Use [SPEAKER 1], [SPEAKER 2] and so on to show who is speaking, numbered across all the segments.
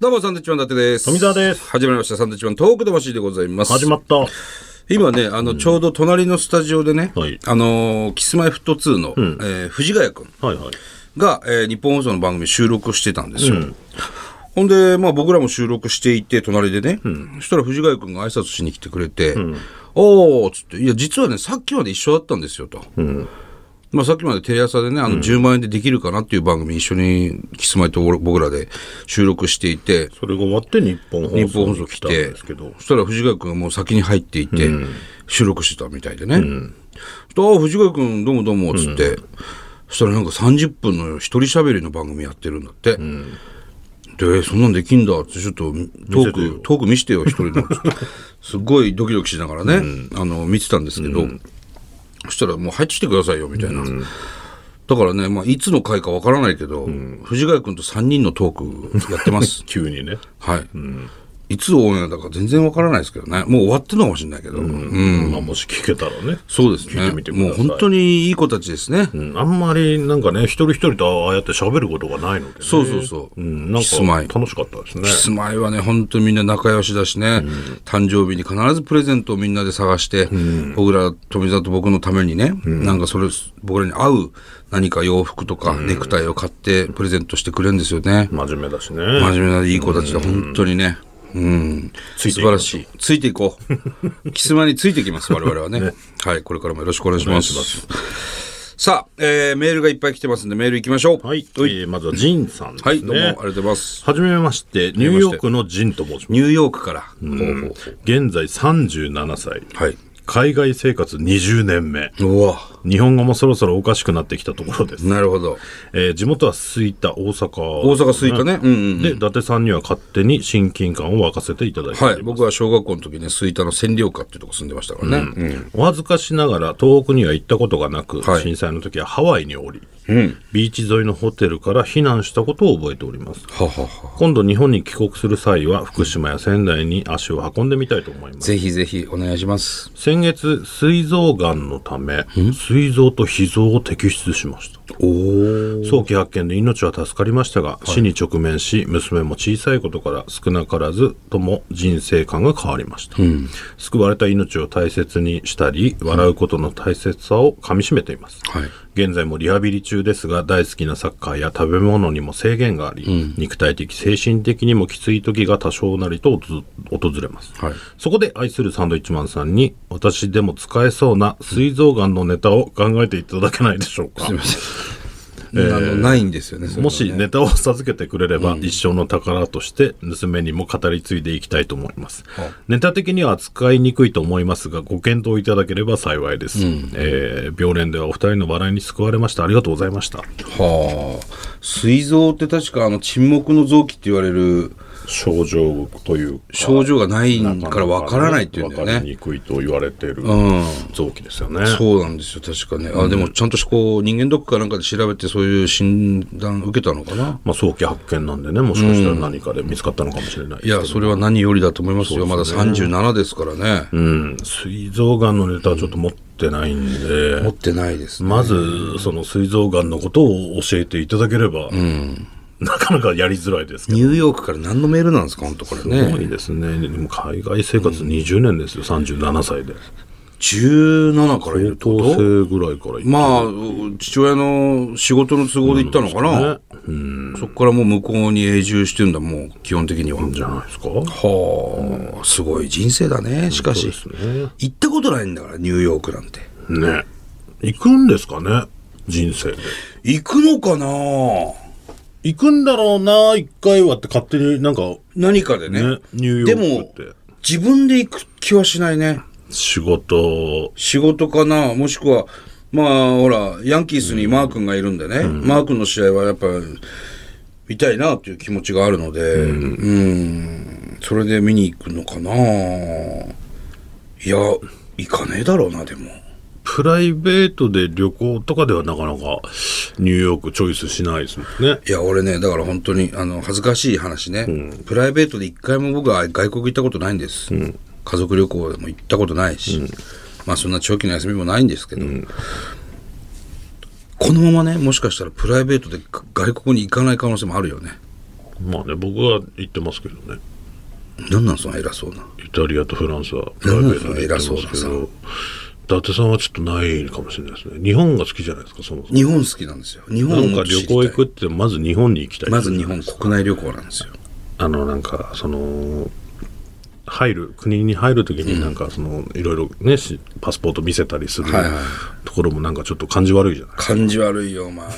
[SPEAKER 1] どうも、サンドウィッチマン伊達です。
[SPEAKER 2] 富澤です
[SPEAKER 1] 始まりました、サンドウィッチマントーク魂でございます。
[SPEAKER 2] 始まった。は
[SPEAKER 1] 今ね、あの、ちょうど隣のスタジオでね、
[SPEAKER 2] はい
[SPEAKER 1] あのーキスマイフット2の、えー藤ヶ谷くん
[SPEAKER 2] いはい。
[SPEAKER 1] が、えー日本放送の番組収録をしてたんですよ。ほんで、まあ僕らも収録していて、隣でね、そしたら藤ヶ谷くんが挨拶しに来てくれて、おーっつって、いや、実はね、さっきまで一緒だったんですよ、と。まあ、さっきまでテレ朝でね、あの、10万円でできるかなっていう番組一緒に、キスマイと俺僕らで収録していて、
[SPEAKER 2] それが終わって日本放
[SPEAKER 1] 日本放
[SPEAKER 2] 送
[SPEAKER 1] 送
[SPEAKER 2] に
[SPEAKER 1] 来
[SPEAKER 2] 来たん
[SPEAKER 1] て
[SPEAKER 2] ですけど、
[SPEAKER 1] そしたら藤ヶ谷君がもう先に入っていて、収録してたみたいでね。ああ、藤ヶ谷君どうもどうも、つって。そしたらなんか30分の一人喋りの番組やってるんだって。で、そんなんできんだって、ちょっとトーク、トーク見してよ、一人の。つ ってすっごいドキドキしながらね、あの、見てたんですけど、そしたらもう入ってきてくださいよ、みたいな。だからね、まあ、いつの回かわからないけど、藤ヶ谷君と3人のトークやって ます。
[SPEAKER 2] 急にね。
[SPEAKER 1] はい。いつオンエアだか全然わからないですけどね。もう終わってるのかもしれないけど。うん
[SPEAKER 2] まあもし聞けたらね。
[SPEAKER 1] そうです
[SPEAKER 2] 聞い
[SPEAKER 1] ね
[SPEAKER 2] てみて。ください
[SPEAKER 1] もう本当にいい子たちですね。
[SPEAKER 2] うんあんまりなんかね、一人一人とああやって喋ることがないのでね。
[SPEAKER 1] そうそうそう。
[SPEAKER 2] うん、なん
[SPEAKER 1] キスマイ。
[SPEAKER 2] か楽しかったですね
[SPEAKER 1] キ。スマイはね、本当みんな仲良しだしね、誕生日に必ずプレゼントをみんなで探して、僕ら、富澤と僕のためにね、なんかそれ、僕らに合う何か洋服とかネクタイを買ってプレゼントしてくれるんですよね。
[SPEAKER 2] 真面目だしね。
[SPEAKER 1] 真面目ないい子たちだ、本当にね。うん、
[SPEAKER 2] つ
[SPEAKER 1] 素
[SPEAKER 2] いていき
[SPEAKER 1] 晴
[SPEAKER 2] ま
[SPEAKER 1] ら
[SPEAKER 2] し
[SPEAKER 1] しい。ついていこ う。キスマについていきます、我々はね。はい、これからもよろしくお願いします。さあ、えー、メールがいっぱい来てますんで、メール行きましょう。
[SPEAKER 2] はい。えーまずはジンさんですね。
[SPEAKER 1] はい、どうもありがとうございます。
[SPEAKER 2] はじめまして、ニューヨークのジンと申しま
[SPEAKER 1] ニューヨークから。ほうほう
[SPEAKER 2] す。現在37歳。
[SPEAKER 1] はい。
[SPEAKER 2] 海外生活20年目。
[SPEAKER 1] うわ、
[SPEAKER 2] 日本語もそろそろおかしくなってきたところです。
[SPEAKER 1] なるほど。
[SPEAKER 2] えー地元は吹田、大阪。
[SPEAKER 1] 大
[SPEAKER 2] 大
[SPEAKER 1] 阪吹田ね。うんうん。
[SPEAKER 2] で、伊達さんには勝手に親近感を沸かせていただいてお
[SPEAKER 1] はい、
[SPEAKER 2] りま
[SPEAKER 1] 僕は小学校の時ね、吹田の占領下っていうとこ住んでましたからね。うん
[SPEAKER 2] す。お恥ずかしながら東北には行ったことがなく、
[SPEAKER 1] はい
[SPEAKER 2] 震災の時はハワイにおり、ビーチ沿いのホテルから避難したことを覚えております。
[SPEAKER 1] ははは。
[SPEAKER 2] 今度日本に帰国する際は福島や仙台に足を運んでみたいと思います。
[SPEAKER 1] ぜひぜひお願いします。
[SPEAKER 2] 先月、膵臓がんのため、膵臓と脾臓を摘出しました。
[SPEAKER 1] おー。
[SPEAKER 2] 早期発見で命は助かりましたが、死に直面し娘も小さいことから少なからずとも人生観が変わりました、救われた命を大切にしたり笑うことの大切さをかみしめています、
[SPEAKER 1] はい。
[SPEAKER 2] 現在もリハビリ中ですが大好きなサッカーや食べ物にも制限があり、肉体的精神的にもきつい時が多少なりと訪れます、
[SPEAKER 1] はい。
[SPEAKER 2] そこで愛するサンドイッチマンさんに私でも使えそうな膵臓がんのネタを考えていただけないでしょうか
[SPEAKER 1] すいません。あのないんですよね、それはね
[SPEAKER 2] もしネタを授けてくれれば、一生の宝として娘にも語り継いでいきたいと思います、ネタ的には扱いにくいと思いますがご検討いただければ幸いです、えー病連ではお二人の笑いに救われましたありがとうございました
[SPEAKER 1] はあ膵臓って確かあの沈黙の臓器って言われる
[SPEAKER 2] 症状というか
[SPEAKER 1] 症状がない
[SPEAKER 2] なな
[SPEAKER 1] からわからないっていうんだよ
[SPEAKER 2] わか
[SPEAKER 1] ね
[SPEAKER 2] りにくいと言われている臓器ですよね、
[SPEAKER 1] そうなんですよ確かねあでもちゃんとしこう人間ドックかなんかで調べてそういう診断受けたのかな
[SPEAKER 2] まあ、早期発見なんでねもしかしたら何かで見つかったのかもしれない
[SPEAKER 1] いやそれは何よりだと思いますよまだ37ですからね、
[SPEAKER 2] うん膵臓がんのネタはちょっと持ってないんで、
[SPEAKER 1] 持ってないですね
[SPEAKER 2] まず、その膵臓がんのことを教えていただければ、なかなかやりづらいですけど。
[SPEAKER 1] ニューヨークから何のメールなんですか本当これ
[SPEAKER 2] すご
[SPEAKER 1] ね
[SPEAKER 2] いですね。でも海外生活20年ですよ、37歳で。
[SPEAKER 1] 17からいるってこ
[SPEAKER 2] 高
[SPEAKER 1] と
[SPEAKER 2] 生ぐらいから行って
[SPEAKER 1] まあ父親の仕事の都合で行ったのかな、
[SPEAKER 2] ね、うん、
[SPEAKER 1] そこからもう向こうに永住してるんだもう基本的には、
[SPEAKER 2] じゃないですか。
[SPEAKER 1] はあ、すごい人生だね。しかし、
[SPEAKER 2] そうで
[SPEAKER 1] 行ったことないんだから、ニューヨークなんて。
[SPEAKER 2] すね。ね。行くんですかね、人生で。
[SPEAKER 1] 行くのかな
[SPEAKER 2] 行くんだろうな、一回はって勝手になんか、
[SPEAKER 1] 何かでね。
[SPEAKER 2] ね、ニュー
[SPEAKER 1] で
[SPEAKER 2] ヨー
[SPEAKER 1] も
[SPEAKER 2] クって。、
[SPEAKER 1] 自分で行く気はしないね。
[SPEAKER 2] 仕事、
[SPEAKER 1] 仕事かなもしくは、まあ、ほら、ヤンキースにマー君がいるんでね。マー君の試合はやっぱ、見たいなという気持ちがあるので、うん、それで見に行くのかないや、行かねえだろうな、でも。
[SPEAKER 2] プライベートで旅行とかではなかなかニューヨークチョイスしないですもんね。
[SPEAKER 1] いや、俺ね、だから本当に、あの、恥ずかしい話ね。プライベートで一回も僕は外国行ったことないんです。家族旅行でも行ったことないし、まあそんな長期の休みもないんですけど、このままね、もしかしたらプライベートで外国に行かない可能性もあるよね。
[SPEAKER 2] まあね、僕は言ってますけどね。
[SPEAKER 1] なんなんその偉そうな。
[SPEAKER 2] イタリアとフランスはプライベート
[SPEAKER 1] な
[SPEAKER 2] で行って
[SPEAKER 1] ん
[SPEAKER 2] ま
[SPEAKER 1] か偉
[SPEAKER 2] すけ
[SPEAKER 1] そう
[SPEAKER 2] ど、伊達さんはちょっとないかもしれないですね。日本が好きじゃないですか、そもそも。
[SPEAKER 1] 日本好きなんですよ。日本
[SPEAKER 2] な
[SPEAKER 1] を
[SPEAKER 2] んか旅行行くって、まず日本に行きたい。
[SPEAKER 1] まず日本国内旅行なんですよ。
[SPEAKER 2] あの、なんか、その、入る、国に入るときになんか、その、いろいろね、しパスポート見せたりする
[SPEAKER 1] はいはい
[SPEAKER 2] ところもなんかちょっと感じ悪いじゃない
[SPEAKER 1] 感じ悪いよ、まあ、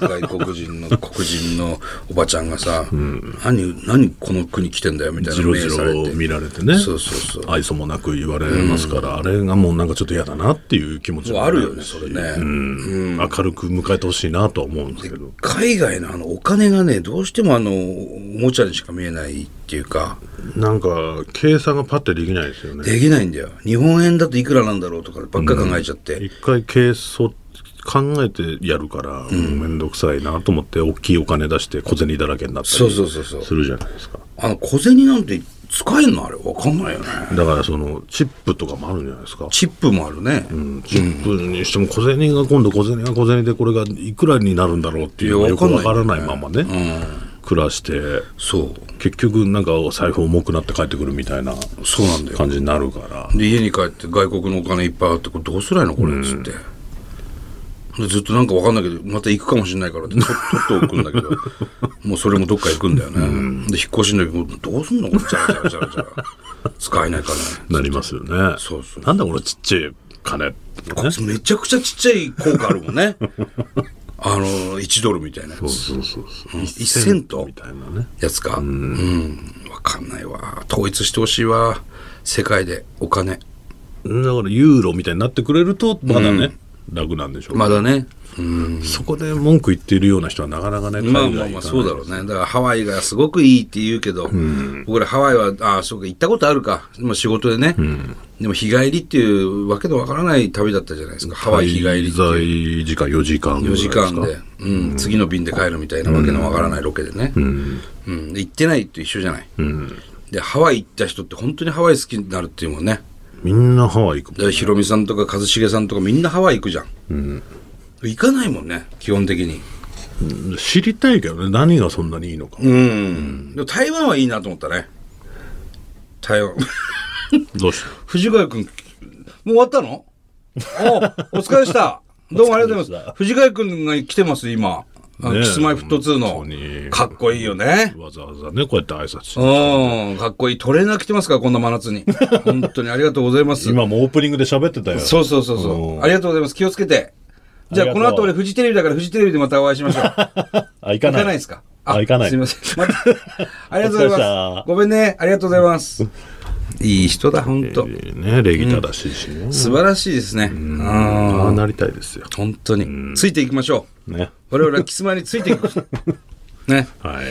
[SPEAKER 1] 外国人の黒人のおばちゃんがさ、何、何この国来てんだよみたい
[SPEAKER 2] ジ
[SPEAKER 1] な
[SPEAKER 2] ロ
[SPEAKER 1] 目
[SPEAKER 2] ジ
[SPEAKER 1] され
[SPEAKER 2] ロ
[SPEAKER 1] て。
[SPEAKER 2] 見られてね。
[SPEAKER 1] そうそうそう。
[SPEAKER 2] 愛想もなく言われますから、あれがもうなんかちょっと嫌だなっていう気持ちも
[SPEAKER 1] あるよ
[SPEAKER 2] し
[SPEAKER 1] ね、それね。
[SPEAKER 2] うん明るく迎えてほしいなとは思うんですけど。
[SPEAKER 1] 海外のあのお金がね、どうしてもあの、おもちゃにしか見えないっていうか、
[SPEAKER 2] なんか、計算がパッてできないですよね。
[SPEAKER 1] できないんだよ。日本円だといくらなんだろうとかばっか考えちゃって。
[SPEAKER 2] 一回計算考えてやるから、もうめんどくさいなと思って、大きいお金出して小銭だらけになった
[SPEAKER 1] そう
[SPEAKER 2] り
[SPEAKER 1] そうそうそう。
[SPEAKER 2] するじゃないですか。
[SPEAKER 1] あの、小銭なんて使えんのあれわかんないよね。
[SPEAKER 2] だから、その、チップとかもあるんじゃないですか。
[SPEAKER 1] チップもあるね。
[SPEAKER 2] うんチップにしても小銭が今度小銭が小銭でこれがいくらになるんだろうっていうの
[SPEAKER 1] い
[SPEAKER 2] が
[SPEAKER 1] や
[SPEAKER 2] よくわ
[SPEAKER 1] わ
[SPEAKER 2] か
[SPEAKER 1] からん
[SPEAKER 2] な
[SPEAKER 1] ないい
[SPEAKER 2] ままね、暮らして
[SPEAKER 1] そ
[SPEAKER 2] 結局なんかお財布重くなって帰ってくるみたいな
[SPEAKER 1] う。そうなんだよ。
[SPEAKER 2] 感じになるから
[SPEAKER 1] で、家に帰って外国のお金いっぱいあって、これどうすりゃいいのこれ、つって。でずっとなんかわかんないけど、また行くかもしれないからって、と取っておくんだけど、もうそれもどっか行くんだよね。で、引っ越しの時、もうどうすんのこれ、じゃらじゃらじゃらじゃら。使えないからね。
[SPEAKER 2] なりますよね
[SPEAKER 1] そうそう
[SPEAKER 2] なんだこのちっちゃい金ね
[SPEAKER 1] こいつめちゃくちゃちっちゃい効果あるもん ね。あの、1ドルみたいなやつ
[SPEAKER 2] そうそうそう
[SPEAKER 1] 1セント
[SPEAKER 2] みたいなね
[SPEAKER 1] やつか。うん。わかんないわ。統一してほしいわ。世界でお金。
[SPEAKER 2] だからユーロみたいになってくれるとまだね、楽なんでしょう、
[SPEAKER 1] まだね。うん。
[SPEAKER 2] そこで文句言っているような人はなかなかね海
[SPEAKER 1] まあ
[SPEAKER 2] 外行
[SPEAKER 1] まあ
[SPEAKER 2] かない
[SPEAKER 1] まあそうだろうね。だからハワイがすごくいいって言うけど、僕らハワイは、ああ、そうか、行ったことあるか。まあ仕事でね。でも日帰りっていうわけのわからない旅だったじゃないですか。ハワイ日帰りっていう。
[SPEAKER 2] 滞在時間4時間ぐら
[SPEAKER 1] 4
[SPEAKER 2] いです
[SPEAKER 1] 時
[SPEAKER 2] か
[SPEAKER 1] 間で、うん、次の便で帰るみたいなわけのわからないロケでね。うん。で行ってないと一緒じゃない。で、ハワイ行った人って本当にハワイ好きになるっていうもんね。
[SPEAKER 2] みんなハワイ行く
[SPEAKER 1] だからヒロミさんとか一茂さんとかみんなハワイ行くじゃん。行かないもんね、基本的に。
[SPEAKER 2] 知りたいけどね何がそんなにいいのか、
[SPEAKER 1] うん。でも台湾はいいなと思ったね。台湾。
[SPEAKER 2] どうし
[SPEAKER 1] 藤ヶ谷君、もう終わったのおお疲れで した。どうもありがとうございます。藤ヶ谷君が来てます、今。あの
[SPEAKER 2] ねえ
[SPEAKER 1] キスマイフット2
[SPEAKER 2] 本当に
[SPEAKER 1] の。かっこいいよね
[SPEAKER 2] た。わざわざねこうやって挨拶して
[SPEAKER 1] うん、かっこいい。トレーナー着てますから、こんな真夏 に。本当にありがとうございます。
[SPEAKER 2] 今もうオープニングで喋ってたよ
[SPEAKER 1] そうそうそうそうう。
[SPEAKER 2] ん
[SPEAKER 1] ありがとうございます。気をつけて。じゃあ、
[SPEAKER 2] ありがと
[SPEAKER 1] こ
[SPEAKER 2] う
[SPEAKER 1] の後俺、フジテレビだから、フジテレビでまたお会いしましょう。
[SPEAKER 2] あ行か
[SPEAKER 1] 行
[SPEAKER 2] ない
[SPEAKER 1] かないですか
[SPEAKER 2] あ行かない
[SPEAKER 1] すみません。またありがとうござい
[SPEAKER 2] お疲れ
[SPEAKER 1] ま
[SPEAKER 2] 様
[SPEAKER 1] す。ごめんね。ありがとうございます。いい人だ、本当
[SPEAKER 2] ね礼儀正しいしね、
[SPEAKER 1] 素晴らしいですね。うん
[SPEAKER 2] ああなりたいですよ
[SPEAKER 1] 本当に。ついていきましょう。
[SPEAKER 2] ね
[SPEAKER 1] 我々はキスマイについていきましょ う。ね。
[SPEAKER 2] はい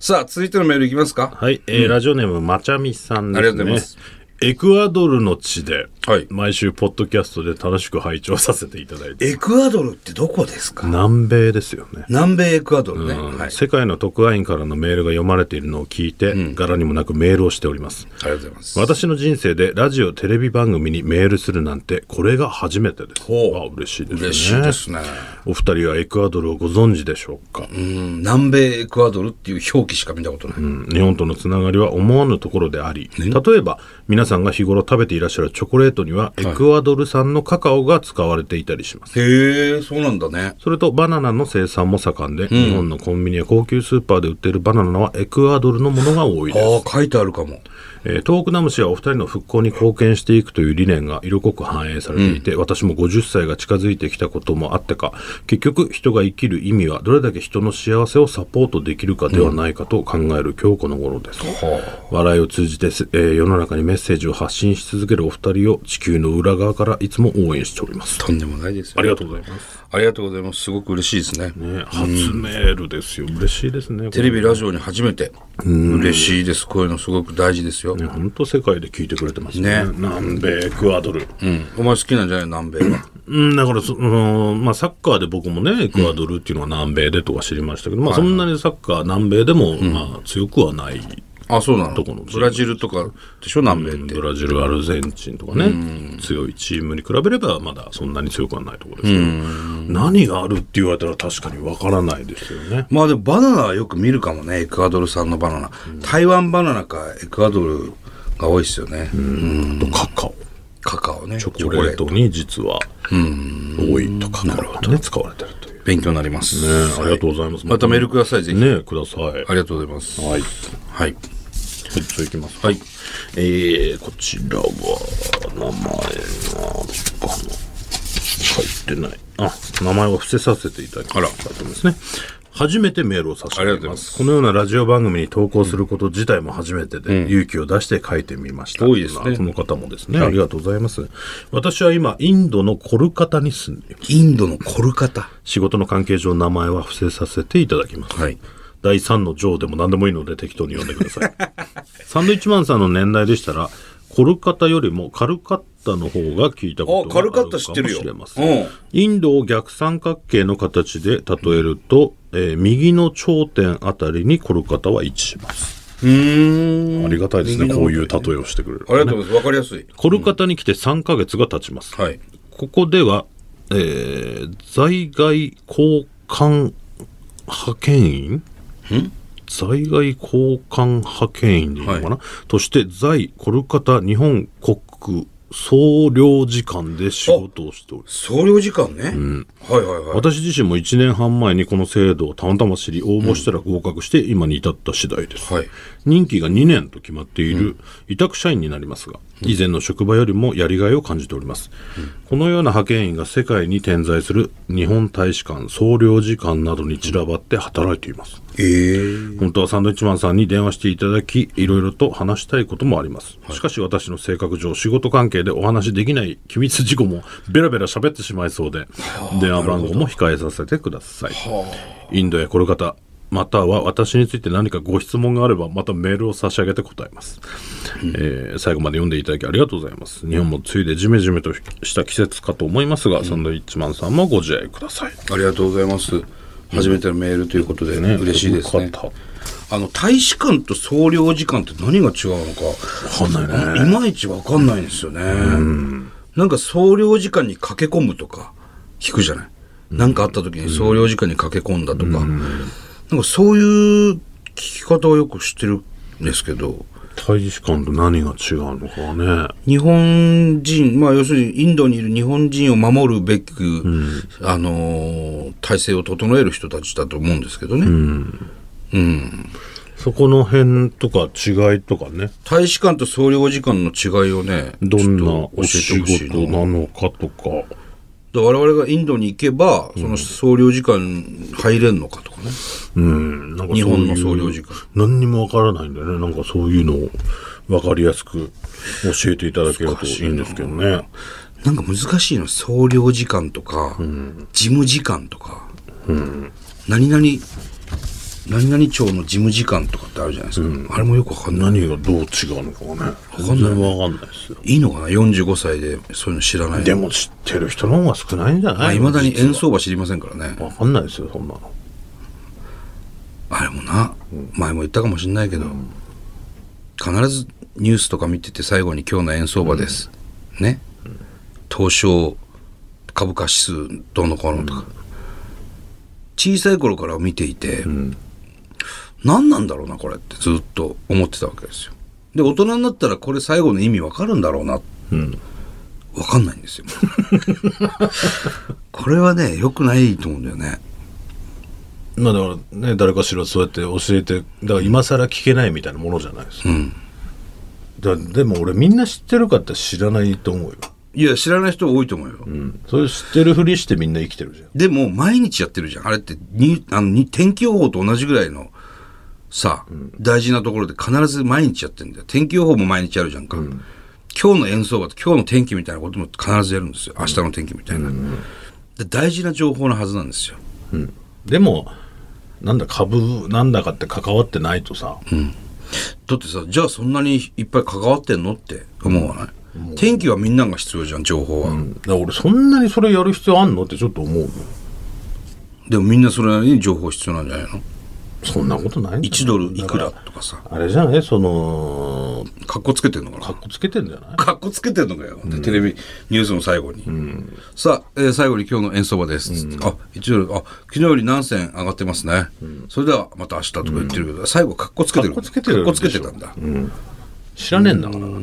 [SPEAKER 1] さあ、続いてのメールいきますか。
[SPEAKER 2] はい、えーラジオネームまちゃみさんですね
[SPEAKER 1] ありがとうございます
[SPEAKER 2] エクアドルの地で、
[SPEAKER 1] はい
[SPEAKER 2] 毎週ポッドキャストで楽しく拝聴させていただいて
[SPEAKER 1] エクアドルってどこですか
[SPEAKER 2] 南米ですよね
[SPEAKER 1] 南米エクアドルね。
[SPEAKER 2] うん
[SPEAKER 1] はい。
[SPEAKER 2] 世界の特派員からのメールが読まれているのを聞いて、柄にもなくメールをしております
[SPEAKER 1] ありがとうございます。
[SPEAKER 2] 私の人生でラジオテレビ番組にメールするなんてこれが初めてです
[SPEAKER 1] ほう
[SPEAKER 2] あ嬉しいですね
[SPEAKER 1] 嬉しいですね。
[SPEAKER 2] お二人はエクアドルをご存知でしょうか、
[SPEAKER 1] うん、南米エクアドルっていう表記しか見たことない。
[SPEAKER 2] うん日本とのつながりは思わぬところであり、例えば皆さんが日頃食べていらっしゃるチョコレートにはエクアドル産のカカオが使われていたりします、
[SPEAKER 1] へえ、そうなんだね。
[SPEAKER 2] それとバナナの生産も盛んで、日本のコンビニや高級スーパーで売っているバナナはエクアドルのものが多いです
[SPEAKER 1] ああ、書いてあるかも。
[SPEAKER 2] えー、東北ナムシはお二人の復興に貢献していくという理念が色濃く反映されていて、私も50歳が近づいてきたこともあってか結局人が生きる意味はどれだけ人の幸せをサポートできるかではないかと考える今日この頃です、笑いを通じてせ、えー世の中にメッセージを発信し続けるお二人を地球の裏側からいつも応援しております
[SPEAKER 1] とんでもないですよ。
[SPEAKER 2] ありがとうございます、
[SPEAKER 1] ありがとうございます。すごく嬉しいですね。
[SPEAKER 2] ね、初メールですよ嬉しいですね
[SPEAKER 1] テレビ、ラジオに初めて。嬉しいです。こういうのすごく大事ですよ。
[SPEAKER 2] ね、本当世界で聞いてくれてますね
[SPEAKER 1] ね
[SPEAKER 2] 南米エクアドル
[SPEAKER 1] うん。お前好きなんじゃない南米は。
[SPEAKER 2] うん、だからそ、うんまあ、サッカーで僕もね、エクアドルっていうのは南米でとか知りましたけど、まあ、そんなにサッカー、南米でも、まあ、強くはない
[SPEAKER 1] あそうなの
[SPEAKER 2] どこのチーム
[SPEAKER 1] ブラジルとかでしょ南米って、
[SPEAKER 2] ブラジル、アルゼンチンとかね、強いチームに比べれば、まだそんなに強くはないところですけど、何があるって言われたら確かにわからないですよね。
[SPEAKER 1] まあでもバナナはよく見るかもねエクアドル産のバナナ、台湾バナナかエクアドルが多いですよね、
[SPEAKER 2] あとカカオ、
[SPEAKER 1] カカオねチ
[SPEAKER 2] チョコレートに実は多いとか、これはね、使われてるという。
[SPEAKER 1] 勉強になります、
[SPEAKER 2] ねありがとうございます。
[SPEAKER 1] またメールくださいぜひ、
[SPEAKER 2] ねください。
[SPEAKER 1] ありがとうございます
[SPEAKER 2] はい。
[SPEAKER 1] はい
[SPEAKER 2] はい、じゃあいきます。
[SPEAKER 1] はい。
[SPEAKER 2] えー、こちらは、名前が、どっかな。書いてない。あ、名前は伏せさせていただきます。
[SPEAKER 1] あら
[SPEAKER 2] 書いてますね。初めてメールをさせてい
[SPEAKER 1] ありがとうござい
[SPEAKER 2] ただきま。
[SPEAKER 1] ます
[SPEAKER 2] このようなラジオ番組に投稿すること自体も初めてで、勇気を出して書いてみました。
[SPEAKER 1] 多いですね
[SPEAKER 2] この方もですね、ありがとうございます。私は今、インドのコルカタに住んでいます。
[SPEAKER 1] インドのコルカタ
[SPEAKER 2] 仕事の関係上名前は伏せさせていただきます。
[SPEAKER 1] はい
[SPEAKER 2] 第3のジョーでも何でもいいので適当に読んでください。 サンドイッチマンさんの年代でしたら、コルカタよりもカルカッタの方が聞いたことがあるか
[SPEAKER 1] あカルカッタ
[SPEAKER 2] も
[SPEAKER 1] 知
[SPEAKER 2] し
[SPEAKER 1] ってるよ
[SPEAKER 2] れませ
[SPEAKER 1] うん
[SPEAKER 2] ん。インドを逆三角形の形で例えると、えー右の頂点あたりにコルカタは位置します。
[SPEAKER 1] うーん
[SPEAKER 2] ありがたいですね、こういう例えをしてくれる、
[SPEAKER 1] ありがとうございますわかりやすい
[SPEAKER 2] コルカタに来て3ヶ月が経ちます。
[SPEAKER 1] はい
[SPEAKER 2] ここでは、えー在外交換派遣員在外交換派遣員でいいのかな、として在コルカタ日本国総領事館で仕事をしております。
[SPEAKER 1] 総領時間ね、はいはいはい
[SPEAKER 2] 私自身も1年半前にこの制度をたまたま知り応募したら合格して今に至った次第です。
[SPEAKER 1] はい
[SPEAKER 2] 任期が2年と決まっている委託社員になりますが、以前の職場よりもやりがいを感じております、このような派遣員が世界に点在する日本大使館総領事館などに散らばって働いています、
[SPEAKER 1] ええ
[SPEAKER 2] 本当はサンドイッチマンさんに電話していただきいろいろと話したいこともあります、しかし私の性格上仕事関係でお話しできない機密事項もベラベラ喋ってしまいそうで電話番号も控えさせてくださいインドやコルカタまたは私について何かご質問があればまたメールを差し上げて答えます、えー最後まで読んでいただきありがとうございます日本も梅雨でジメジメとした季節かと思いますが、サンドイッチマンさんもご自愛ください
[SPEAKER 1] ありがとうございます初めてのメールということで、ね、嬉しいですね
[SPEAKER 2] よかった
[SPEAKER 1] あの大使館と総領事館って何が違うのか
[SPEAKER 2] わかんないね
[SPEAKER 1] いまいちわかんないんですよね。なんか総領事館に駆け込むとか聞くじゃない。なんかあった時に総領事館に駆け込んだとか、なんかそういう聞き方をよく知ってるんですけど、
[SPEAKER 2] 大使館と何が違うのかはね
[SPEAKER 1] 日本人、まあ要するにインドにいる日本人を守るべく、あのー体制を整える人たちだと思うんですけどね。うん
[SPEAKER 2] そこの辺とか違いとかね
[SPEAKER 1] 大使館と総領事館の違いをね、
[SPEAKER 2] どん
[SPEAKER 1] ちょ
[SPEAKER 2] な
[SPEAKER 1] っと
[SPEAKER 2] お仕事なのかとか
[SPEAKER 1] で我々がインドに行けば、その総領事館入れんのかとかね。
[SPEAKER 2] うんなんかそういう
[SPEAKER 1] 日本の総領事館
[SPEAKER 2] 何にもわからないんだよねなんかそういうのを分かりやすく教えていただけるといいんですけどね
[SPEAKER 1] なんか難しいの。総領事館とか、事務次官とか、何々、何々町の事務次官とかってあるじゃないですか。あれもよくわかんない。
[SPEAKER 2] 何がどう違うのかはね全然わかんないですよ
[SPEAKER 1] いいのかな ?45 歳でそういうの知らない。
[SPEAKER 2] でも知ってる人の方が少ないんじゃない
[SPEAKER 1] いまあ、未だに円
[SPEAKER 2] 演
[SPEAKER 1] 相場知りませんからね。
[SPEAKER 2] わかんないですよそんなの
[SPEAKER 1] あれもな、前も言ったかもしれないけど、必ずニュースとか見てて最後に今日の円相場です。ね。東証株価指数どうのこうのとか。小さい頃から見ていて、何なんだろうな、これってずっと思ってたわけですよ。で、大人になったらこれ最後の意味わかるんだろうな。
[SPEAKER 2] うん
[SPEAKER 1] わかんないん ですよ。これはね、良くないと思うんだよね。
[SPEAKER 2] まあだからね誰かしらそうやって教えてだから今更聞けないみたいなものじゃないですか
[SPEAKER 1] うん。
[SPEAKER 2] だでも俺みんな知ってるかって知らないと思うよ、
[SPEAKER 1] いや、知らない人多いと思うよ。
[SPEAKER 2] うん、それ知ってるふりしてみんな生きてるじゃん
[SPEAKER 1] でも毎日やってるじゃんあれってにあのに天気予報と同じぐらいのさ、大事なところで必ず毎日やってんだよ天気予報も毎日やるじゃんか、今日の演奏場と今日の天気みたいなことも必ずやるんですよ明日の天気みたいな、で大事な情報のはずなんですよ
[SPEAKER 2] でもなんだ株なんだかって関わってないとさ、
[SPEAKER 1] だってさじゃあそんなにいっぱい関わってんのって思わない、天気はみんなが必要じゃん情報は、
[SPEAKER 2] だから俺そんなにそれやる必要あんのってちょっと思うの
[SPEAKER 1] でもみんなそれなりに情報必要なんじゃないの
[SPEAKER 2] そんなことないんじゃな
[SPEAKER 1] 1ド
[SPEAKER 2] い
[SPEAKER 1] ルいく
[SPEAKER 2] だ
[SPEAKER 1] ら
[SPEAKER 2] か
[SPEAKER 1] とかさ
[SPEAKER 2] らあれじゃないその、
[SPEAKER 1] かっこつけてんのかな
[SPEAKER 2] かっこつけてんじゃない
[SPEAKER 1] かっこつけてんのかよ、テレビニュースの最後に、さあ、えー最後に今日の円相場です、あ一ドルあ昨日より何銭上がってますね、それではまた明日とか言ってるけど、最後かっこつけてる
[SPEAKER 2] かっこつけてる
[SPEAKER 1] かっこつけてたんだ、
[SPEAKER 2] 知らねえんだから。
[SPEAKER 1] うん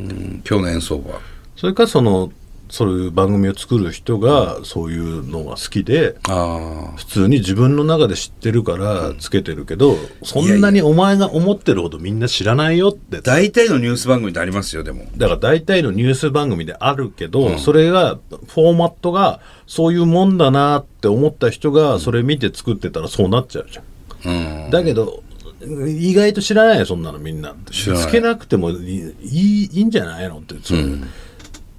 [SPEAKER 1] 今日の円相場
[SPEAKER 2] それかその、そういう番組を作る人が、そういうのが好きで、
[SPEAKER 1] ああ
[SPEAKER 2] 普通に自分の中で知ってるからつけてるけど、そんなにお前が思ってるほどみんな知らないよって。だ
[SPEAKER 1] 大体のニュース番組ってありますよでも
[SPEAKER 2] だから大体のニュース番組であるけど、それが、フォーマットが、そういうもんだなって思った人が、それ見て作ってたらそうなっちゃうじゃん。
[SPEAKER 1] うん
[SPEAKER 2] だけど、意外と知らないよ、そんなのみんな。
[SPEAKER 1] 知らない
[SPEAKER 2] つけなくてもいいいいいいんじゃないのって、そう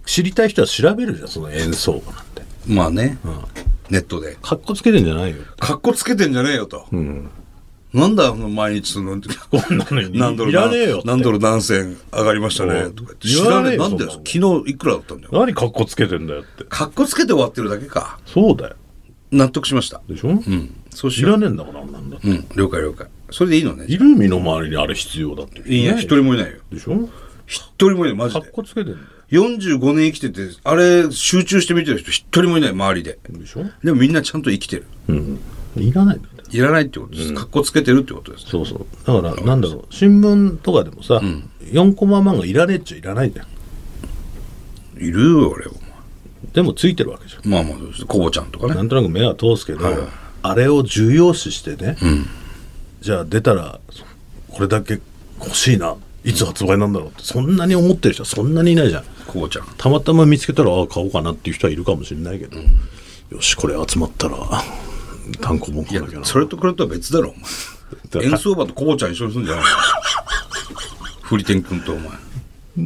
[SPEAKER 2] 知りたい人は調べるじゃん、その演奏なんて。
[SPEAKER 1] まあね、ネットで
[SPEAKER 2] かっこつけてんじゃないよ。
[SPEAKER 1] かっこつけてんじゃねえよと、なんだあの毎日そ の
[SPEAKER 2] こんなのに。
[SPEAKER 1] 何ドル
[SPEAKER 2] いらねえよって。
[SPEAKER 1] 何ドル何銭上がりました
[SPEAKER 2] う
[SPEAKER 1] ね
[SPEAKER 2] ん
[SPEAKER 1] とか言って知らねえ
[SPEAKER 2] 言わねえよ
[SPEAKER 1] なんだよ
[SPEAKER 2] そん
[SPEAKER 1] 昨
[SPEAKER 2] な
[SPEAKER 1] 日いくらだったんだよ
[SPEAKER 2] 何かっこつけてんだよって。
[SPEAKER 1] かっこつけて終わってるだけか
[SPEAKER 2] そうだよ。
[SPEAKER 1] 納得しました
[SPEAKER 2] でしょ、う
[SPEAKER 1] うんそうし
[SPEAKER 2] 知
[SPEAKER 1] よ
[SPEAKER 2] らねえんだから、あんなんだって
[SPEAKER 1] ううん了解了解それでいいのね
[SPEAKER 2] いる身の回りにあれ必要だって。
[SPEAKER 1] いや一人もいないよ
[SPEAKER 2] でしょ
[SPEAKER 1] 一人もいないマジ
[SPEAKER 2] かっ
[SPEAKER 1] で
[SPEAKER 2] こつけてんだよ。
[SPEAKER 1] 45年生きててあれ集中して見てる人一人もいない周りで
[SPEAKER 2] でしょ
[SPEAKER 1] でもみんなちゃんと生きてる
[SPEAKER 2] うん。いらないんだよ。
[SPEAKER 1] いらないってことですかっこつけてるってことです
[SPEAKER 2] そうそう。だから、なんだろう、新聞とかでもさ、4コマ漫画いらねえっちゃいらないじゃん。
[SPEAKER 1] いるよ俺
[SPEAKER 2] でもついてるわけじゃん。
[SPEAKER 1] まあまあそうですコボちゃんとかね
[SPEAKER 2] なんとなく目は通すけど、あれを重要視してね、じゃあ出たら、そこれだけ欲しいな、いつ発売なんだろうって、そんなに思ってる人はそんなにいないじゃん。
[SPEAKER 1] コボちゃん
[SPEAKER 2] たまたま見つけたら、ああ、買おうかなっていう人はいるかもしれないけど、よし、これ集まったら、単行本
[SPEAKER 1] い
[SPEAKER 2] 買
[SPEAKER 1] や
[SPEAKER 2] わなきゃな。
[SPEAKER 1] それとこれとは別だろお前
[SPEAKER 2] だから
[SPEAKER 1] 円相場とコボちゃん一緒にするんじゃない のフリテン君とお前
[SPEAKER 2] だか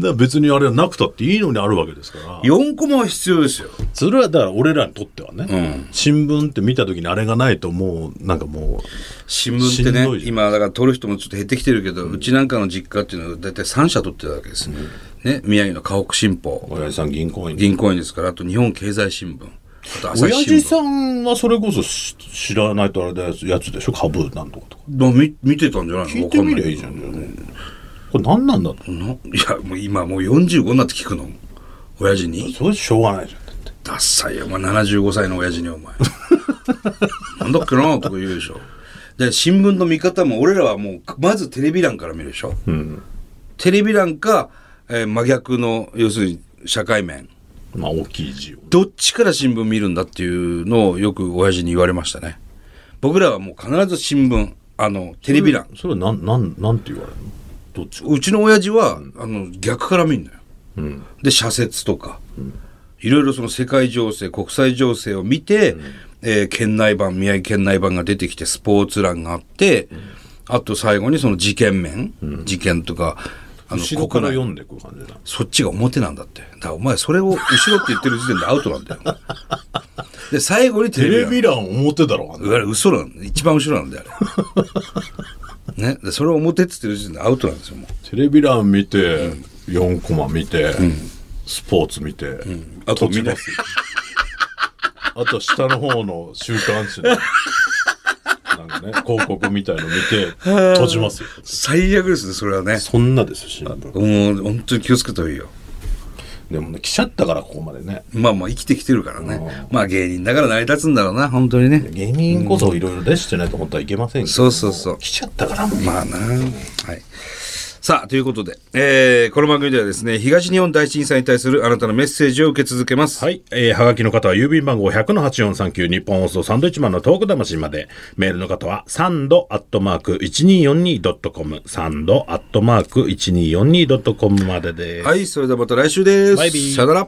[SPEAKER 2] ら別にあれはなくたっていいのにあるわけですから。
[SPEAKER 1] 4コマは必要ですよ
[SPEAKER 2] それはだから俺らにとってはね、
[SPEAKER 1] うん
[SPEAKER 2] 新聞って見た時にあれがないともうなんかも
[SPEAKER 1] 新聞ってね
[SPEAKER 2] しんどいじゃん
[SPEAKER 1] 今だから撮る人もちょっと減ってきてるけど、うちなんかの実家っていうのは大体3社撮ってるわけです、ね宮城の河北新
[SPEAKER 2] う
[SPEAKER 1] 報
[SPEAKER 2] 親父さん銀行員
[SPEAKER 1] 銀行員ですからあと日本経済新聞あと朝
[SPEAKER 2] 親
[SPEAKER 1] 日新
[SPEAKER 2] 父
[SPEAKER 1] 聞
[SPEAKER 2] さんはそれこそし知らないとあれだやつでしょ株なんとかとか
[SPEAKER 1] の見見てたんじゃないの
[SPEAKER 2] 聞いてみりゃいいじゃんじゃあねこれ何なんだと
[SPEAKER 1] の いやもう今もう45になって聞くの親父に
[SPEAKER 2] それしょうがないじゃんだって
[SPEAKER 1] ダッサいよお前75歳の親父にお前 なんだっけなとか言うでしょで新聞の見方も俺らはもうまずテレビ欄から見るでしょ、テレビ欄か、えー真逆の要するに社会面
[SPEAKER 2] まあ大きい字を
[SPEAKER 1] どっちから新聞見るんだっていうのをよく親父に言われましたね僕らはもう必ず新聞あのテレビ欄
[SPEAKER 2] それはなんなんなんて言われるのどっちか
[SPEAKER 1] うちの親父は、あの逆から見るのよ、で社説とか、いろいろその世界情勢国際情勢を見て、えー県内版宮城県内版が出てきてスポーツ欄があって、あと最後にその事件面、事件とかあ
[SPEAKER 2] 後ろか
[SPEAKER 1] 国
[SPEAKER 2] ら
[SPEAKER 1] 内
[SPEAKER 2] 読んでいく感じだ
[SPEAKER 1] そっちが表なんだってだからお前それを後ろって言ってる時点でアウトなんだよで最後にテ
[SPEAKER 2] テ
[SPEAKER 1] レビ
[SPEAKER 2] レ
[SPEAKER 1] 欄
[SPEAKER 2] ビ欄表だろうが
[SPEAKER 1] い
[SPEAKER 2] ね
[SPEAKER 1] わゆる嘘なんだ一番後ろなんだよあれねでそれを表って言ってる時点でアウトなんですよもう
[SPEAKER 2] テレビ欄見て、4コマ見て、スポーツ見て、
[SPEAKER 1] あと見ない
[SPEAKER 2] す。 あと下の方の週刊誌の、 なんかね、広告みたいの見て、閉じますよ。
[SPEAKER 1] 最悪ですねそれはね
[SPEAKER 2] そんなですよ、新聞。
[SPEAKER 1] もう本当に気をつけた方がいいよ
[SPEAKER 2] でもね、来ちゃったからここまでね。
[SPEAKER 1] まあまあ生きてきてるからねまあ芸人だから成り立つんだろうな本当にね
[SPEAKER 2] 芸人こそいろいろ出してないと本当はいけませんけど、
[SPEAKER 1] そうそうそう
[SPEAKER 2] 来ちゃったからもう
[SPEAKER 1] まあなはいさあということで、えーこの番組ではですね東日本大震災に対するあなたのメッセージを受け続けます、
[SPEAKER 2] はい。えー、はがきの方は郵便番号100-8439日本放送サンドイッチマンのトーク魂まで。メールの方はサンドアットマーク 1242.com サンドアットマーク 1242.com までです。
[SPEAKER 1] はい、それではまた来週です
[SPEAKER 2] バイビー
[SPEAKER 1] さよなら